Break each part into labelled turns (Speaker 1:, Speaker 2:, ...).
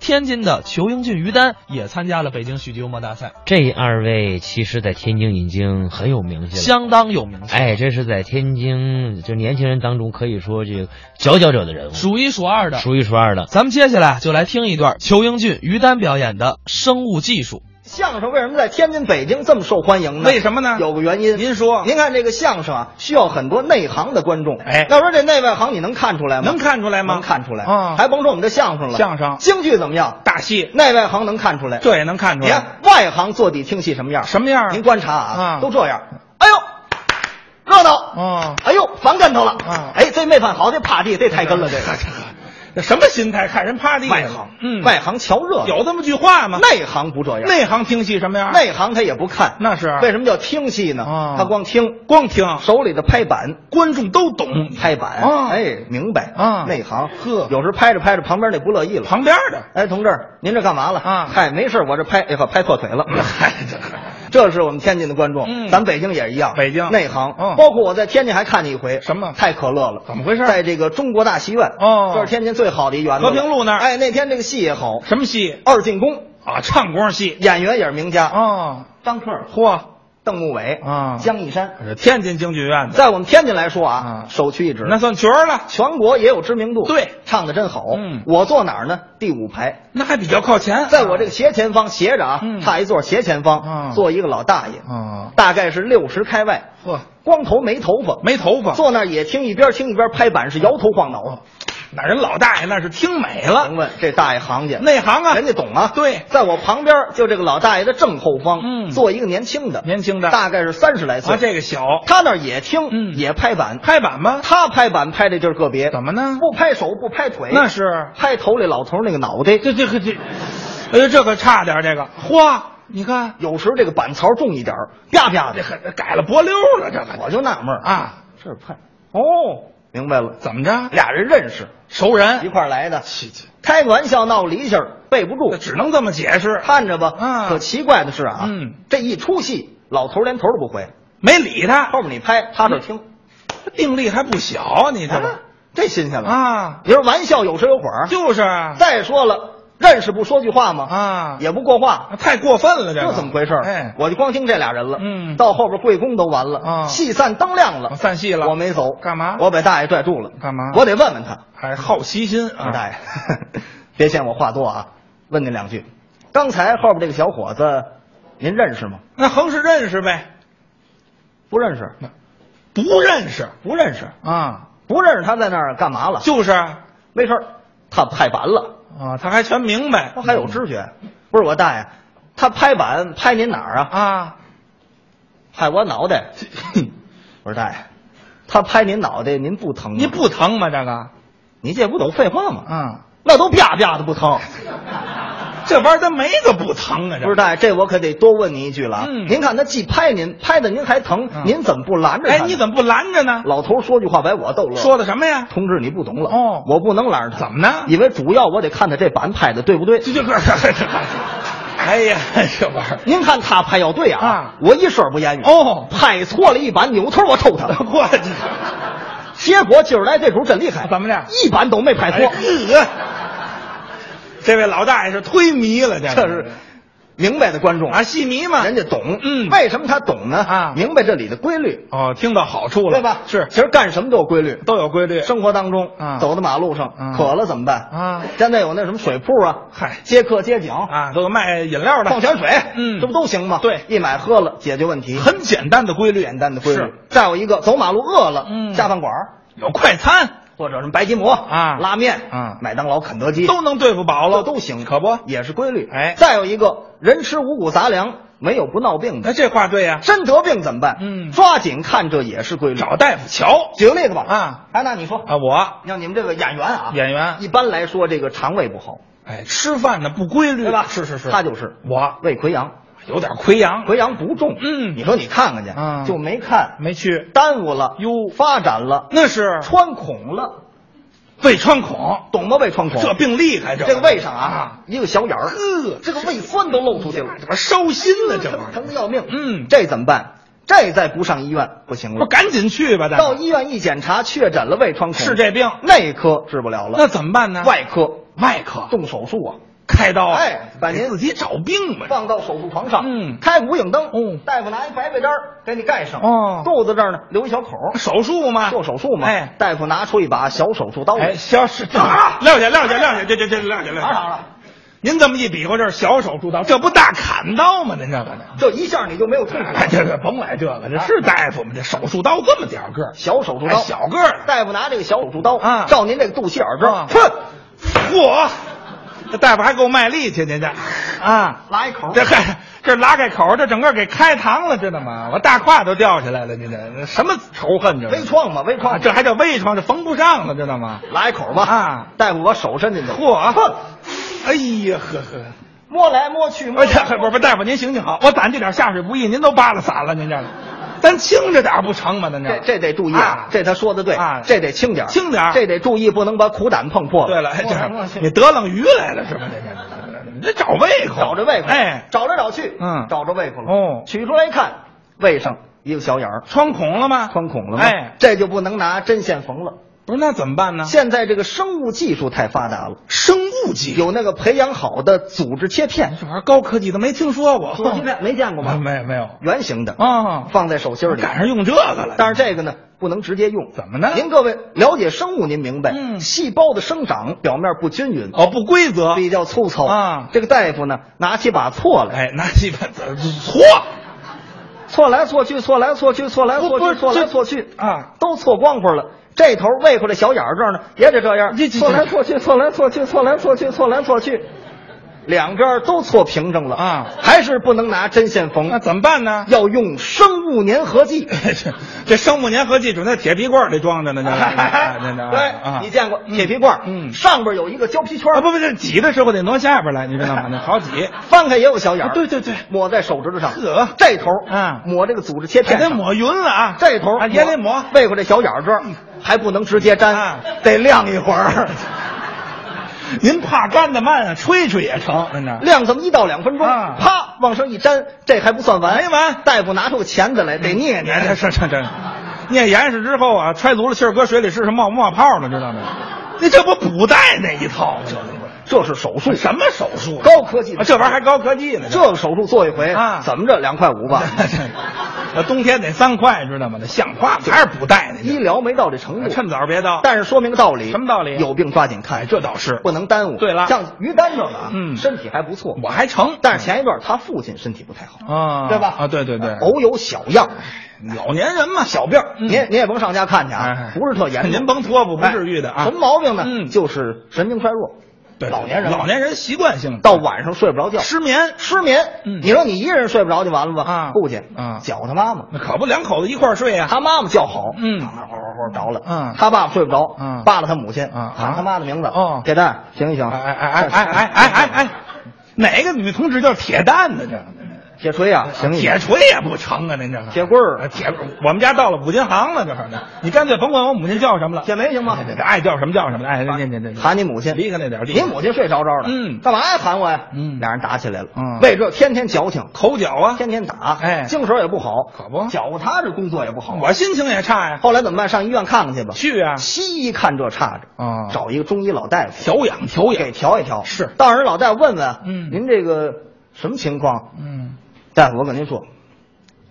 Speaker 1: 天津的裘英俊、于丹也参加了北京喜剧幽默大赛，
Speaker 2: 这二位其实，在天津已经很有名气了。
Speaker 1: 相当有名气，
Speaker 2: 哎，这是在天津就年轻人当中可以说这个佼佼者的人物，
Speaker 1: 数一数二的。
Speaker 2: 数一数二的。
Speaker 1: 咱们接下来就来听一段裘英俊、于丹表演的生物技术。
Speaker 3: 相声为什么在天津、北京这么受欢迎呢？
Speaker 4: 为什么呢
Speaker 3: 有个原因。
Speaker 4: 您说
Speaker 3: 您看这个相声啊，需要很多内行的观众。
Speaker 4: 哎
Speaker 3: 要说这内外行，你能看出来吗？
Speaker 4: 能看出来吗
Speaker 3: 能看出来
Speaker 4: 啊
Speaker 3: 还甭说我们这相声了，
Speaker 4: 相声
Speaker 3: 京剧怎么样？
Speaker 4: 大戏，
Speaker 3: 内外行能看出来。，
Speaker 4: 这也能看出
Speaker 3: 你
Speaker 4: 来
Speaker 3: 看外行坐底听戏什么样？
Speaker 4: 什么样啊？
Speaker 3: 您观察啊，
Speaker 4: 啊
Speaker 3: 都这样。哎呦，热闹！
Speaker 4: 哦，
Speaker 3: 哎呦，翻跟头了！
Speaker 4: 啊
Speaker 3: 哎，这没翻好，这趴地，这太跟了，这个。
Speaker 4: 这什么心态？看人趴地上
Speaker 3: 外行，
Speaker 4: 嗯，
Speaker 3: 外行瞧热闹，
Speaker 4: 有这么句话吗？
Speaker 3: 内行不这样。
Speaker 4: 内行听戏什么样？
Speaker 3: 内行他也不看，
Speaker 4: 那是
Speaker 3: 为什么叫听戏呢？
Speaker 4: 哦
Speaker 3: 他光听，
Speaker 4: 光听
Speaker 3: 啊手里的拍板，
Speaker 4: 观众都懂，
Speaker 3: 拍板，
Speaker 4: 哦
Speaker 3: 哎，明白
Speaker 4: 啊
Speaker 3: 内行，
Speaker 4: 呵
Speaker 3: 有时拍着拍着，旁边那不乐意了，
Speaker 4: 旁边的
Speaker 3: 哎，同志，您这干嘛了？
Speaker 4: 啊
Speaker 3: 嗨，没事，我这拍，哎呵，拍错腿了。
Speaker 4: 嗨这
Speaker 3: 这是我们天津的观众，
Speaker 4: 嗯
Speaker 3: 咱北京也一样，
Speaker 4: 北京
Speaker 3: 内行，
Speaker 4: 嗯
Speaker 3: 包括我在天津还看见一回，
Speaker 4: 什么
Speaker 3: 太可乐了，
Speaker 4: 怎么回事
Speaker 3: 在这个中国大戏院，
Speaker 4: 哦
Speaker 3: 这是天津最好的一园子了，
Speaker 4: 和平路那儿
Speaker 3: 哎，那天这个戏也好，
Speaker 4: 什么戏
Speaker 3: 二进宫，
Speaker 4: 啊？唱功戏
Speaker 3: 演员也是名家，
Speaker 4: 哦，
Speaker 3: 张克、
Speaker 4: 嚯，
Speaker 3: 邓木伟
Speaker 4: 啊
Speaker 3: 江一山，
Speaker 4: 这天津京剧院的
Speaker 3: 在我们天津来说啊
Speaker 4: 啊，
Speaker 3: 首屈一指，
Speaker 4: 那算角儿了，
Speaker 3: 全国也有知名度。
Speaker 4: 对，
Speaker 3: 唱的真好。
Speaker 4: 嗯
Speaker 3: 我坐哪儿呢？第五排，
Speaker 4: 那还比较靠前。
Speaker 3: 在我这个斜前方斜着啊，
Speaker 4: 嗯
Speaker 3: 差一座斜前方
Speaker 4: 啊
Speaker 3: 坐一个老大爷，
Speaker 4: 啊，
Speaker 3: 大概是六十开外，
Speaker 4: 嚯，
Speaker 3: 光头没头发，
Speaker 4: 没头发，嗯
Speaker 3: 坐那儿也听一边听一边拍板，是摇头晃脑。
Speaker 4: 哪人老大爷那是听美了
Speaker 3: 甭，问这大爷行家，
Speaker 4: 内行啊，
Speaker 1: 哎
Speaker 3: 人家懂啊。
Speaker 4: 对，
Speaker 3: 在我旁边就这个老大爷的正后方，
Speaker 4: 嗯
Speaker 3: 坐一个年轻的，
Speaker 4: 年轻的
Speaker 3: 大概是三十来岁。
Speaker 4: 啊，这个小
Speaker 3: 他那儿也听，
Speaker 4: 嗯
Speaker 3: 也拍板。
Speaker 4: 拍板吗？
Speaker 3: 他拍板拍的就是个别，
Speaker 4: 怎么呢？
Speaker 3: 不拍手不拍
Speaker 1: 哎
Speaker 3: 腿，
Speaker 4: 那是
Speaker 3: 拍头里老头那个脑袋。
Speaker 4: 这这可这，哎呦，这可差点儿这个。嚯，你看
Speaker 3: 有时候这个板槽重一点儿，啪啪的。
Speaker 4: 这可改了脖溜了，这
Speaker 3: 我
Speaker 4: 可
Speaker 3: 就纳闷儿，
Speaker 4: 啊，
Speaker 3: 这拍
Speaker 4: 哦，
Speaker 3: 明白了，
Speaker 4: 怎么着？
Speaker 3: 俩人认识，
Speaker 4: 熟
Speaker 3: 一
Speaker 4: 人，
Speaker 3: 块儿来的，开个玩笑闹离性儿，背不住
Speaker 4: 那，只能这么解释，
Speaker 3: 看着吧。
Speaker 4: 啊
Speaker 3: 可奇怪的是啊，
Speaker 4: 嗯，
Speaker 3: 这一出戏，老头儿连头儿都不回，
Speaker 4: 没理他
Speaker 3: 后。面你拍，他这儿听，
Speaker 4: 定力还不小啊，你这
Speaker 3: 啊这新鲜了！
Speaker 4: 啊，
Speaker 3: 你说玩笑有时有会儿，
Speaker 4: 就是啊，
Speaker 3: 再说了，认识不说句话吗？
Speaker 4: 啊
Speaker 3: 也不过话，
Speaker 4: 太过分了，这
Speaker 3: 这
Speaker 4: 个
Speaker 3: 怎么回事儿？
Speaker 4: 哎，
Speaker 3: 我就光听这俩人了。
Speaker 4: 嗯
Speaker 3: 到后边贵公都完了，
Speaker 4: 啊
Speaker 3: 戏散灯亮了，
Speaker 4: 散戏了，
Speaker 3: 我没走，
Speaker 4: 干嘛？
Speaker 3: 我把大爷拽住了，
Speaker 4: 干嘛
Speaker 3: 我得问问他，
Speaker 4: 还好奇心
Speaker 3: 我说大
Speaker 4: 啊，
Speaker 3: 爷， 别嫌我话多啊，问您两句，刚才后边这个小伙子，您认识吗？
Speaker 4: 那横是认识呗，
Speaker 3: 不认识，
Speaker 4: 不认识
Speaker 3: 不认识，
Speaker 4: 啊，
Speaker 3: 不认识，他在那儿干嘛了？
Speaker 4: 就是啊，
Speaker 3: 没事儿，他拍板了，
Speaker 4: 啊他还全明白，
Speaker 3: 他还有知觉。不是我大爷，他拍板拍您哪儿啊？
Speaker 4: 嗯啊，
Speaker 3: 拍我脑 袋。我说大爷，他拍您脑袋，您不疼吗？
Speaker 4: 你不疼吗？这个
Speaker 3: 你这不懂废话吗？
Speaker 4: 啊，
Speaker 3: 那都啪啪的不 疼。
Speaker 4: 这玩意儿它没个不疼啊，这
Speaker 3: 不是大爷，这我可得多问您一句了啊！
Speaker 4: 嗯
Speaker 3: 您看他既拍您，拍的您还疼，
Speaker 4: 嗯
Speaker 3: 您怎么不拦着他呢？
Speaker 4: 哎，你怎么不拦着呢？
Speaker 3: 老头说句话把我逗乐了。
Speaker 4: 说的什么呀？
Speaker 3: 同志你不懂了
Speaker 4: 哦
Speaker 3: 我不能拦着他。
Speaker 4: 怎么呢
Speaker 3: 因为主要我得看他这板拍的对不对。
Speaker 4: 这这个，哎呀，这玩意儿，
Speaker 3: 您看他拍要对啊，
Speaker 4: 啊
Speaker 3: 我一声不言语。
Speaker 4: 哦
Speaker 3: 拍错了一板，扭头我抽他。
Speaker 4: 我这哎
Speaker 3: 结果今儿来这主真厉害，哎
Speaker 4: 怎么着
Speaker 3: 一板都没拍错。
Speaker 4: 这位老大爷是忒迷了，这
Speaker 3: 这是明白的观众
Speaker 4: 啊，戏迷嘛，
Speaker 3: 人家懂。
Speaker 4: 嗯
Speaker 3: 为什么他懂呢？
Speaker 4: 啊
Speaker 3: 明白这里的规律，
Speaker 4: 哦，听到好处了，
Speaker 3: 对吧？
Speaker 4: 是
Speaker 3: 其实干什么都有规律。
Speaker 4: 都有规律，
Speaker 3: 生活当中，
Speaker 4: 啊
Speaker 3: 走到马路上、
Speaker 4: 啊
Speaker 3: 渴了怎么办？
Speaker 4: 啊
Speaker 3: 现在有那什么水铺啊，
Speaker 4: 嗨
Speaker 3: 接客接景
Speaker 4: 啊，都有卖饮料的，
Speaker 3: 矿泉水，
Speaker 4: 嗯，
Speaker 3: 这不都行吗？
Speaker 4: 对
Speaker 3: 一买喝了解决问题，
Speaker 4: 很简单的规律，
Speaker 3: 简单的规律
Speaker 4: 是。
Speaker 3: 再有一个，走马路饿了，
Speaker 4: 嗯
Speaker 3: 下饭馆儿
Speaker 4: 有快餐
Speaker 3: 或者什么白吉馍
Speaker 4: 啊
Speaker 3: 拉面
Speaker 4: 啊
Speaker 3: 麦当劳、肯德基
Speaker 4: 都能对付饱
Speaker 3: 这
Speaker 4: 了，
Speaker 3: 都行，
Speaker 4: 可不？
Speaker 3: 也是规律。
Speaker 4: 哎
Speaker 3: 再有一个，人吃五谷杂粮，没有不闹病
Speaker 4: 那
Speaker 3: 的。
Speaker 4: 这话对呀，
Speaker 3: 真得病怎么办？
Speaker 4: 哎嗯
Speaker 3: 抓紧看，这也是规律。
Speaker 4: 找大夫瞧
Speaker 3: 举个例子吧。
Speaker 4: 啊
Speaker 3: 哎，那你说，
Speaker 4: 啊，我
Speaker 3: 像你们这个演员啊，
Speaker 4: 演员，
Speaker 3: 一般来说这个肠胃不好，
Speaker 4: 哎，吃饭呢不规律，
Speaker 3: 对吧？
Speaker 4: 嗯是是是，
Speaker 3: 他就是
Speaker 4: 我
Speaker 3: 胃溃疡，
Speaker 4: 有点溃疡，
Speaker 3: 溃疡不重。
Speaker 4: 嗯
Speaker 3: 你说你看看去，
Speaker 4: 啊
Speaker 3: 就没看，
Speaker 4: 没去，
Speaker 3: 耽误了，
Speaker 4: 哟嗯
Speaker 3: 发展了，
Speaker 4: 那是
Speaker 3: 穿孔了，
Speaker 4: 胃穿孔，
Speaker 3: 懂吗？胃穿孔，
Speaker 4: 这病厉害，
Speaker 3: 这个胃上啊
Speaker 4: 啊，，
Speaker 3: 一个小眼儿，
Speaker 4: 呵
Speaker 3: 这个胃酸都露出去了，
Speaker 4: 这玩意儿烧心呢，这
Speaker 3: 疼
Speaker 4: 玩意儿，
Speaker 3: 疼的要命。
Speaker 4: 嗯
Speaker 3: 这怎么办？这再不上医院不行
Speaker 4: 不
Speaker 3: 了。
Speaker 4: 赶紧去吧，大
Speaker 3: 到
Speaker 4: 夫，
Speaker 3: 医院一检查，确诊了胃穿孔，
Speaker 4: 是这病，
Speaker 3: 内科治不了了，
Speaker 4: 那怎么办呢？
Speaker 3: 外科
Speaker 4: 外科
Speaker 3: 动手术啊，
Speaker 4: 开刀啊，
Speaker 3: 哎把您
Speaker 4: 给自己找病吧。
Speaker 3: 放到手术床上，
Speaker 4: 嗯
Speaker 3: 开无影灯，
Speaker 4: 哦
Speaker 3: 大夫拿一白被单儿给你盖上，
Speaker 4: 哦
Speaker 3: 肚子这儿呢留一小口儿，
Speaker 4: 手术嘛，
Speaker 3: 做手术嘛，
Speaker 4: 哎，
Speaker 3: 大夫拿出一把小手术刀来，
Speaker 4: 哎，小是
Speaker 3: 啊
Speaker 4: 撂下，撂下，撂下，这这这撂下，撂
Speaker 3: 拿上
Speaker 4: 下。
Speaker 3: 了，
Speaker 4: 您这么一比划，这是小手术刀，这不大砍刀吗？您这个呢？
Speaker 3: 这一下你就没有痛苦了
Speaker 4: 哎， 这这甭来这个，这是大夫吗？这手术刀这么点儿个儿，
Speaker 3: 啊小手术刀，
Speaker 4: 哎小个儿
Speaker 3: 大夫拿这个小手术刀
Speaker 4: 啊
Speaker 3: 照您这个肚脐眼这儿，
Speaker 4: 啊
Speaker 3: 哼，
Speaker 4: 嚯！这大夫还够卖力气，您这啊，
Speaker 3: 拉一口儿，
Speaker 4: 这还这拉开口，这整个给开膛了，知道吗？我大胯都掉下来了，您这什么仇恨这是？
Speaker 3: 微创嘛，微
Speaker 4: 啊，
Speaker 3: 创，
Speaker 4: 这还叫微创，这缝不上了，知道吗？
Speaker 3: 拉一口儿吧，
Speaker 4: 啊，
Speaker 3: 大夫把手伸进去，
Speaker 4: 嚯！
Speaker 3: 哼，
Speaker 4: 哎呀呵呵。
Speaker 3: 摸来摸去，摸
Speaker 4: 哎
Speaker 3: 来摸
Speaker 4: 呀，
Speaker 3: 去
Speaker 4: 不是不是，大夫您行行好，我攒这点下水不易，您都扒拉散了，您这个，咱轻着点儿不成吗？咱
Speaker 3: 这
Speaker 4: 这
Speaker 3: 这得注意啊
Speaker 4: 啊，
Speaker 3: 这他说的对
Speaker 4: 啊，
Speaker 3: 这得轻点儿
Speaker 4: 轻点儿
Speaker 3: 这得注意，不能把苦胆碰破了。
Speaker 4: 对了，哎这
Speaker 3: 摸来摸去
Speaker 4: 样你得冷鱼来了是吧？这这你这找胃口，
Speaker 3: 找着胃口，
Speaker 4: 哎，
Speaker 3: 找来找去，
Speaker 4: 嗯
Speaker 3: 找着胃口了。
Speaker 4: 哦
Speaker 3: 取出来一看，胃上一个小眼儿，
Speaker 4: 穿孔了吗？
Speaker 3: 穿孔了吗？
Speaker 4: 哎，
Speaker 3: 这就不能拿针线缝了。
Speaker 4: 不是那怎么办呢？
Speaker 3: 现在这个生物技术太发达了，
Speaker 4: 生物技术
Speaker 3: 有那个培养好的组织切片，
Speaker 4: 这玩意儿高科技都没听说过，
Speaker 3: 组织切片没见过
Speaker 4: 哦啊没
Speaker 3: 吗？
Speaker 4: 没没有
Speaker 3: 圆形的，
Speaker 4: 啊？
Speaker 3: 放在手心里。
Speaker 4: 赶上用这个了，
Speaker 3: 但是这个呢，不能直接用。
Speaker 4: 怎么呢
Speaker 3: 您各位了解生物，您明白，
Speaker 4: 嗯
Speaker 3: 细胞的生长表面不均匀，
Speaker 4: 哦不规则，
Speaker 3: 比较粗糙
Speaker 4: 啊
Speaker 3: 这个大夫呢，拿起把锉来，
Speaker 4: 哎，拿几本子搓
Speaker 3: 锉来锉去，锉来锉去，锉来
Speaker 4: 不不
Speaker 3: 锉去，
Speaker 4: 是
Speaker 3: 锉来
Speaker 4: 这
Speaker 3: 锉去，
Speaker 4: 啊，
Speaker 3: 都锉光乎了。这头胃口这小眼儿这儿呢，也得这样，
Speaker 4: 这这
Speaker 3: 锉来锉去，锉来锉去，锉来锉去，锉来锉去，两边儿都锉平整了
Speaker 4: 啊
Speaker 3: 还是不能拿针线
Speaker 4: 那
Speaker 3: 缝，
Speaker 4: 怎么办呢？
Speaker 3: 要用生物粘合 剂。
Speaker 4: 这这生物粘合剂准在铁皮罐儿里装着呢， 这哎这这啊
Speaker 3: 对，你见过铁皮罐儿？
Speaker 4: 嗯
Speaker 3: 上边有一个胶皮圈儿
Speaker 4: 啊，不不，这挤的时候得挪下边来，你知道吗？那好挤，
Speaker 3: 翻开也有小眼儿、
Speaker 4: 啊 对对对
Speaker 3: 抹在手指头上，
Speaker 4: 呵
Speaker 3: 这头
Speaker 4: 啊
Speaker 3: 抹这个组织切
Speaker 4: 还
Speaker 3: 片
Speaker 4: 得
Speaker 3: 上，
Speaker 4: 抹匀了啊，
Speaker 3: 这头
Speaker 4: 啊也得抹，
Speaker 3: 胃口这小眼儿这儿还不能直接粘，
Speaker 4: 嗯啊
Speaker 3: 得晾一会 儿，
Speaker 4: 您怕干的慢啊，吹吹也成，真的。
Speaker 3: 晾这么一到两分钟，
Speaker 4: 啊
Speaker 3: 啪往上一粘，这还不算完，
Speaker 4: 没完
Speaker 3: 大夫拿出个钳子来，得捏
Speaker 4: 哎
Speaker 3: 捏
Speaker 4: 这。这这这，念严实之后啊，揣足了气儿搁水里试试冒不冒泡呢，知道 吗？那这不补带那一套吗？这
Speaker 3: 这是手术
Speaker 4: 这，什么手术啊？
Speaker 3: 高科技的
Speaker 4: 啊这玩意儿还高科技呢。
Speaker 3: 这个手术做一回
Speaker 4: 啊
Speaker 3: 怎么着两块 五吧？
Speaker 4: 这冬天得三块，知道吗？那像话吗？还是补带呢？
Speaker 3: 医疗没到这程度，
Speaker 4: 啊趁早别刀。
Speaker 3: 但是说明个道理，
Speaker 4: 什么道理啊
Speaker 3: 有病抓紧看，
Speaker 4: 哎这倒是
Speaker 3: 不能耽误。
Speaker 4: 对了
Speaker 3: 像于丹这个啊，
Speaker 4: 嗯
Speaker 3: 身体还不错，
Speaker 4: 我还成，
Speaker 3: 但是前一段他父亲身体不太好，
Speaker 4: 啊，
Speaker 3: 对吧？
Speaker 4: 啊，对对对，
Speaker 3: 偶有小恙，
Speaker 4: 老年人嘛，嗯小病儿，
Speaker 3: 您也您也甭上家看去啊
Speaker 4: 哎，
Speaker 3: 不是特严重，
Speaker 4: 您甭托付不至于的啊
Speaker 3: 哎什么毛病呢？
Speaker 4: 嗯
Speaker 3: 就是神经衰弱，
Speaker 4: 对
Speaker 3: 老年人
Speaker 4: 老年人习惯性的
Speaker 3: 到晚上睡不着觉，
Speaker 4: 失眠，
Speaker 3: 失眠。
Speaker 4: 嗯
Speaker 3: 你说你一个人睡不着就完了吧？
Speaker 4: 啊
Speaker 3: 不去，
Speaker 4: 啊
Speaker 3: 叫他妈妈。
Speaker 4: 那可不两口子一块儿睡啊。
Speaker 3: 他妈妈叫好，
Speaker 4: 嗯
Speaker 3: 他妈呼呼呼着了，
Speaker 4: 嗯
Speaker 3: 他爸爸睡不着，
Speaker 4: 嗯
Speaker 3: 扒拉他母亲，
Speaker 4: 啊
Speaker 3: 喊他妈的名字，
Speaker 4: 哦
Speaker 3: 铁蛋，醒一醒，
Speaker 4: 哎哎哎哎哎哎哎 哎，哪个女同志叫铁蛋呢？这
Speaker 3: 铁锤啊，醒一醒，
Speaker 4: 铁锤也不成啊，您这个
Speaker 3: 铁棍儿
Speaker 4: 啊铁棍儿，我们家到了五金行了，这是的。你干脆甭管我母亲叫什么了，哎
Speaker 3: 铁梅行吗？啊
Speaker 4: 对对对爱叫什么叫什么，哎，那那那那
Speaker 3: 喊你母亲，
Speaker 4: 离开那点儿地
Speaker 3: 你母亲睡着着的，
Speaker 4: 嗯
Speaker 3: 干嘛呀喊我呀？
Speaker 4: 嗯
Speaker 3: 俩人打起来了，
Speaker 4: 嗯
Speaker 3: 为这天天矫情，
Speaker 4: 口角啊，
Speaker 3: 天天打，
Speaker 4: 哎
Speaker 3: 精神也不好，
Speaker 4: 可不
Speaker 3: 搅和他这工作也不好。
Speaker 4: 我心情也差呀，
Speaker 3: 后来怎么办？上医院看看去吧。
Speaker 4: 去啊，
Speaker 3: 西医看这差着，
Speaker 4: 啊
Speaker 3: 找一个中医老大夫
Speaker 4: 调养调
Speaker 3: 给
Speaker 4: 养，
Speaker 3: 调一调。
Speaker 4: 是
Speaker 3: 到时候老大夫问问，
Speaker 4: 嗯
Speaker 3: 您这个什么情况？
Speaker 4: 嗯，
Speaker 3: 大夫，我跟您说，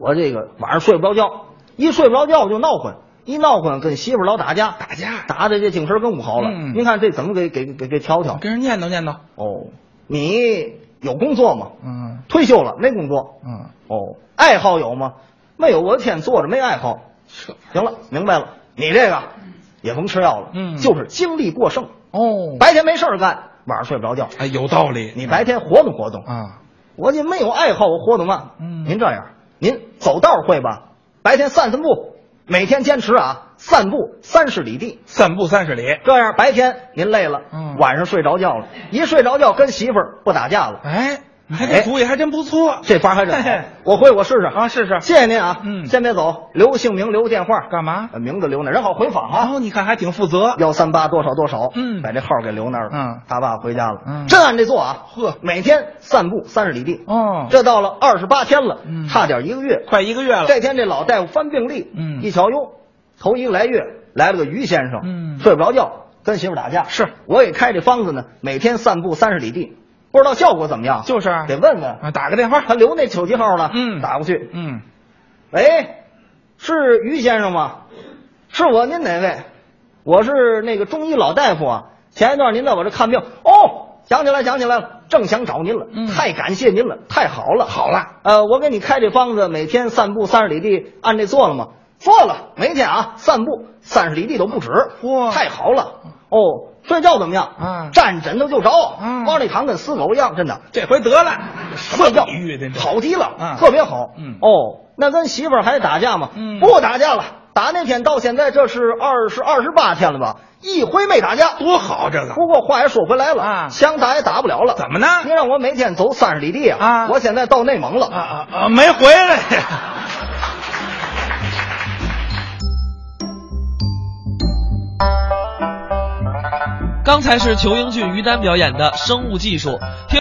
Speaker 3: 我这个晚上睡不着觉，一睡不着觉我就闹混，一闹混跟媳妇儿老打架，
Speaker 4: 打架
Speaker 3: 打的这精神更不好了。
Speaker 4: 嗯
Speaker 3: 您看这怎么给给给给调调？
Speaker 4: 跟人念叨念叨，
Speaker 3: 哦，你有工作吗？
Speaker 4: 嗯
Speaker 3: 退休了没工作？
Speaker 4: 嗯，
Speaker 3: 哦，爱好有吗？没有，我天，坐着没爱好。
Speaker 4: 是
Speaker 3: 行了，明白了，你这个也甭吃药了，
Speaker 4: 嗯
Speaker 3: 就是精力过剩，
Speaker 4: 哦，
Speaker 3: 白天没事儿干，晚上睡不着觉。
Speaker 4: 哎，有道理，
Speaker 3: 你白天活动活动，
Speaker 4: 啊，
Speaker 3: 我就没有爱好，我活动慢。
Speaker 4: 嗯
Speaker 3: 您这样，您走道儿会吧？白天散散步，每天坚持啊，散步三十里地。
Speaker 4: 散步三十里，
Speaker 3: 这样白天您累了，
Speaker 4: 嗯
Speaker 3: 晚上睡着觉了，一睡着觉跟媳妇儿不打架了，
Speaker 4: 哎，还
Speaker 3: 哎
Speaker 4: 这主意还真不错，
Speaker 3: 这法儿还真好
Speaker 4: 嘿嘿。
Speaker 3: 我回我试试
Speaker 4: 啊试试
Speaker 3: 谢谢您啊，
Speaker 4: 嗯
Speaker 3: 先别走，留个姓名，留个电话，
Speaker 4: 干嘛？
Speaker 3: 呃名字留那，人好回访啊。
Speaker 4: 哦，你看还挺负责，
Speaker 3: 幺三八多少多少，
Speaker 4: 嗯
Speaker 3: 把这号给留那儿了。
Speaker 4: 嗯
Speaker 3: 他爸回家了，
Speaker 4: 嗯
Speaker 3: 真按这做啊。
Speaker 4: 呵
Speaker 3: 每天散步三十里地。
Speaker 4: 哦
Speaker 3: 这到了二十八天了，
Speaker 4: 嗯
Speaker 3: 差点一个月。
Speaker 4: 快一个月了，
Speaker 3: 这天这老大夫翻病历，
Speaker 4: 嗯
Speaker 3: 一瞧哟，头一个来月来了个于先生，
Speaker 4: 嗯
Speaker 3: 睡不着觉，跟媳妇打架。
Speaker 4: 是
Speaker 3: 我给开这方子呢，每天散步三十里地。不知道效果怎么样，
Speaker 4: 就是啊
Speaker 3: 得问问。
Speaker 4: 啊，打个电话。
Speaker 3: 他留那手机号了，
Speaker 4: 嗯
Speaker 3: 打过去，
Speaker 4: 嗯，
Speaker 3: 喂，是于先生吗？是我，您哪位？我是那个中医老大夫啊，前一段您在我这看病，哦，想起来，想起来了，正想找您了，
Speaker 4: 嗯
Speaker 3: 太感谢您了，太好了，
Speaker 4: 好了，
Speaker 3: 呃，我给你开这方子，每天散步三十里地，按这做了吗？做了，每天啊，散步三十里地都不止，
Speaker 4: 嚯
Speaker 3: 太好了，哦，睡觉怎么样？
Speaker 4: 啊
Speaker 3: 站枕头就着，
Speaker 4: 嗯
Speaker 3: 往里躺跟死狗一样，真的。
Speaker 4: 这回得了，
Speaker 3: 睡觉
Speaker 4: 比喻这这
Speaker 3: 好极了，
Speaker 4: 嗯
Speaker 3: 特别好。
Speaker 4: 嗯
Speaker 3: 哦，那跟媳妇儿还打架吗？
Speaker 4: 嗯
Speaker 3: 不打架了。打那天到现在，这是二十二十八天了吧？一回没打架，
Speaker 4: 多好这个
Speaker 3: 不过话也说回来了，
Speaker 4: 啊
Speaker 3: 想打也打不了了。
Speaker 4: 怎么呢
Speaker 3: 您让我每天走三十里地
Speaker 4: 啊
Speaker 3: 我现在到内蒙了。
Speaker 4: 啊啊啊！没回来 呀。
Speaker 1: 刚才是裘英俊、于丹表演的生物技术。听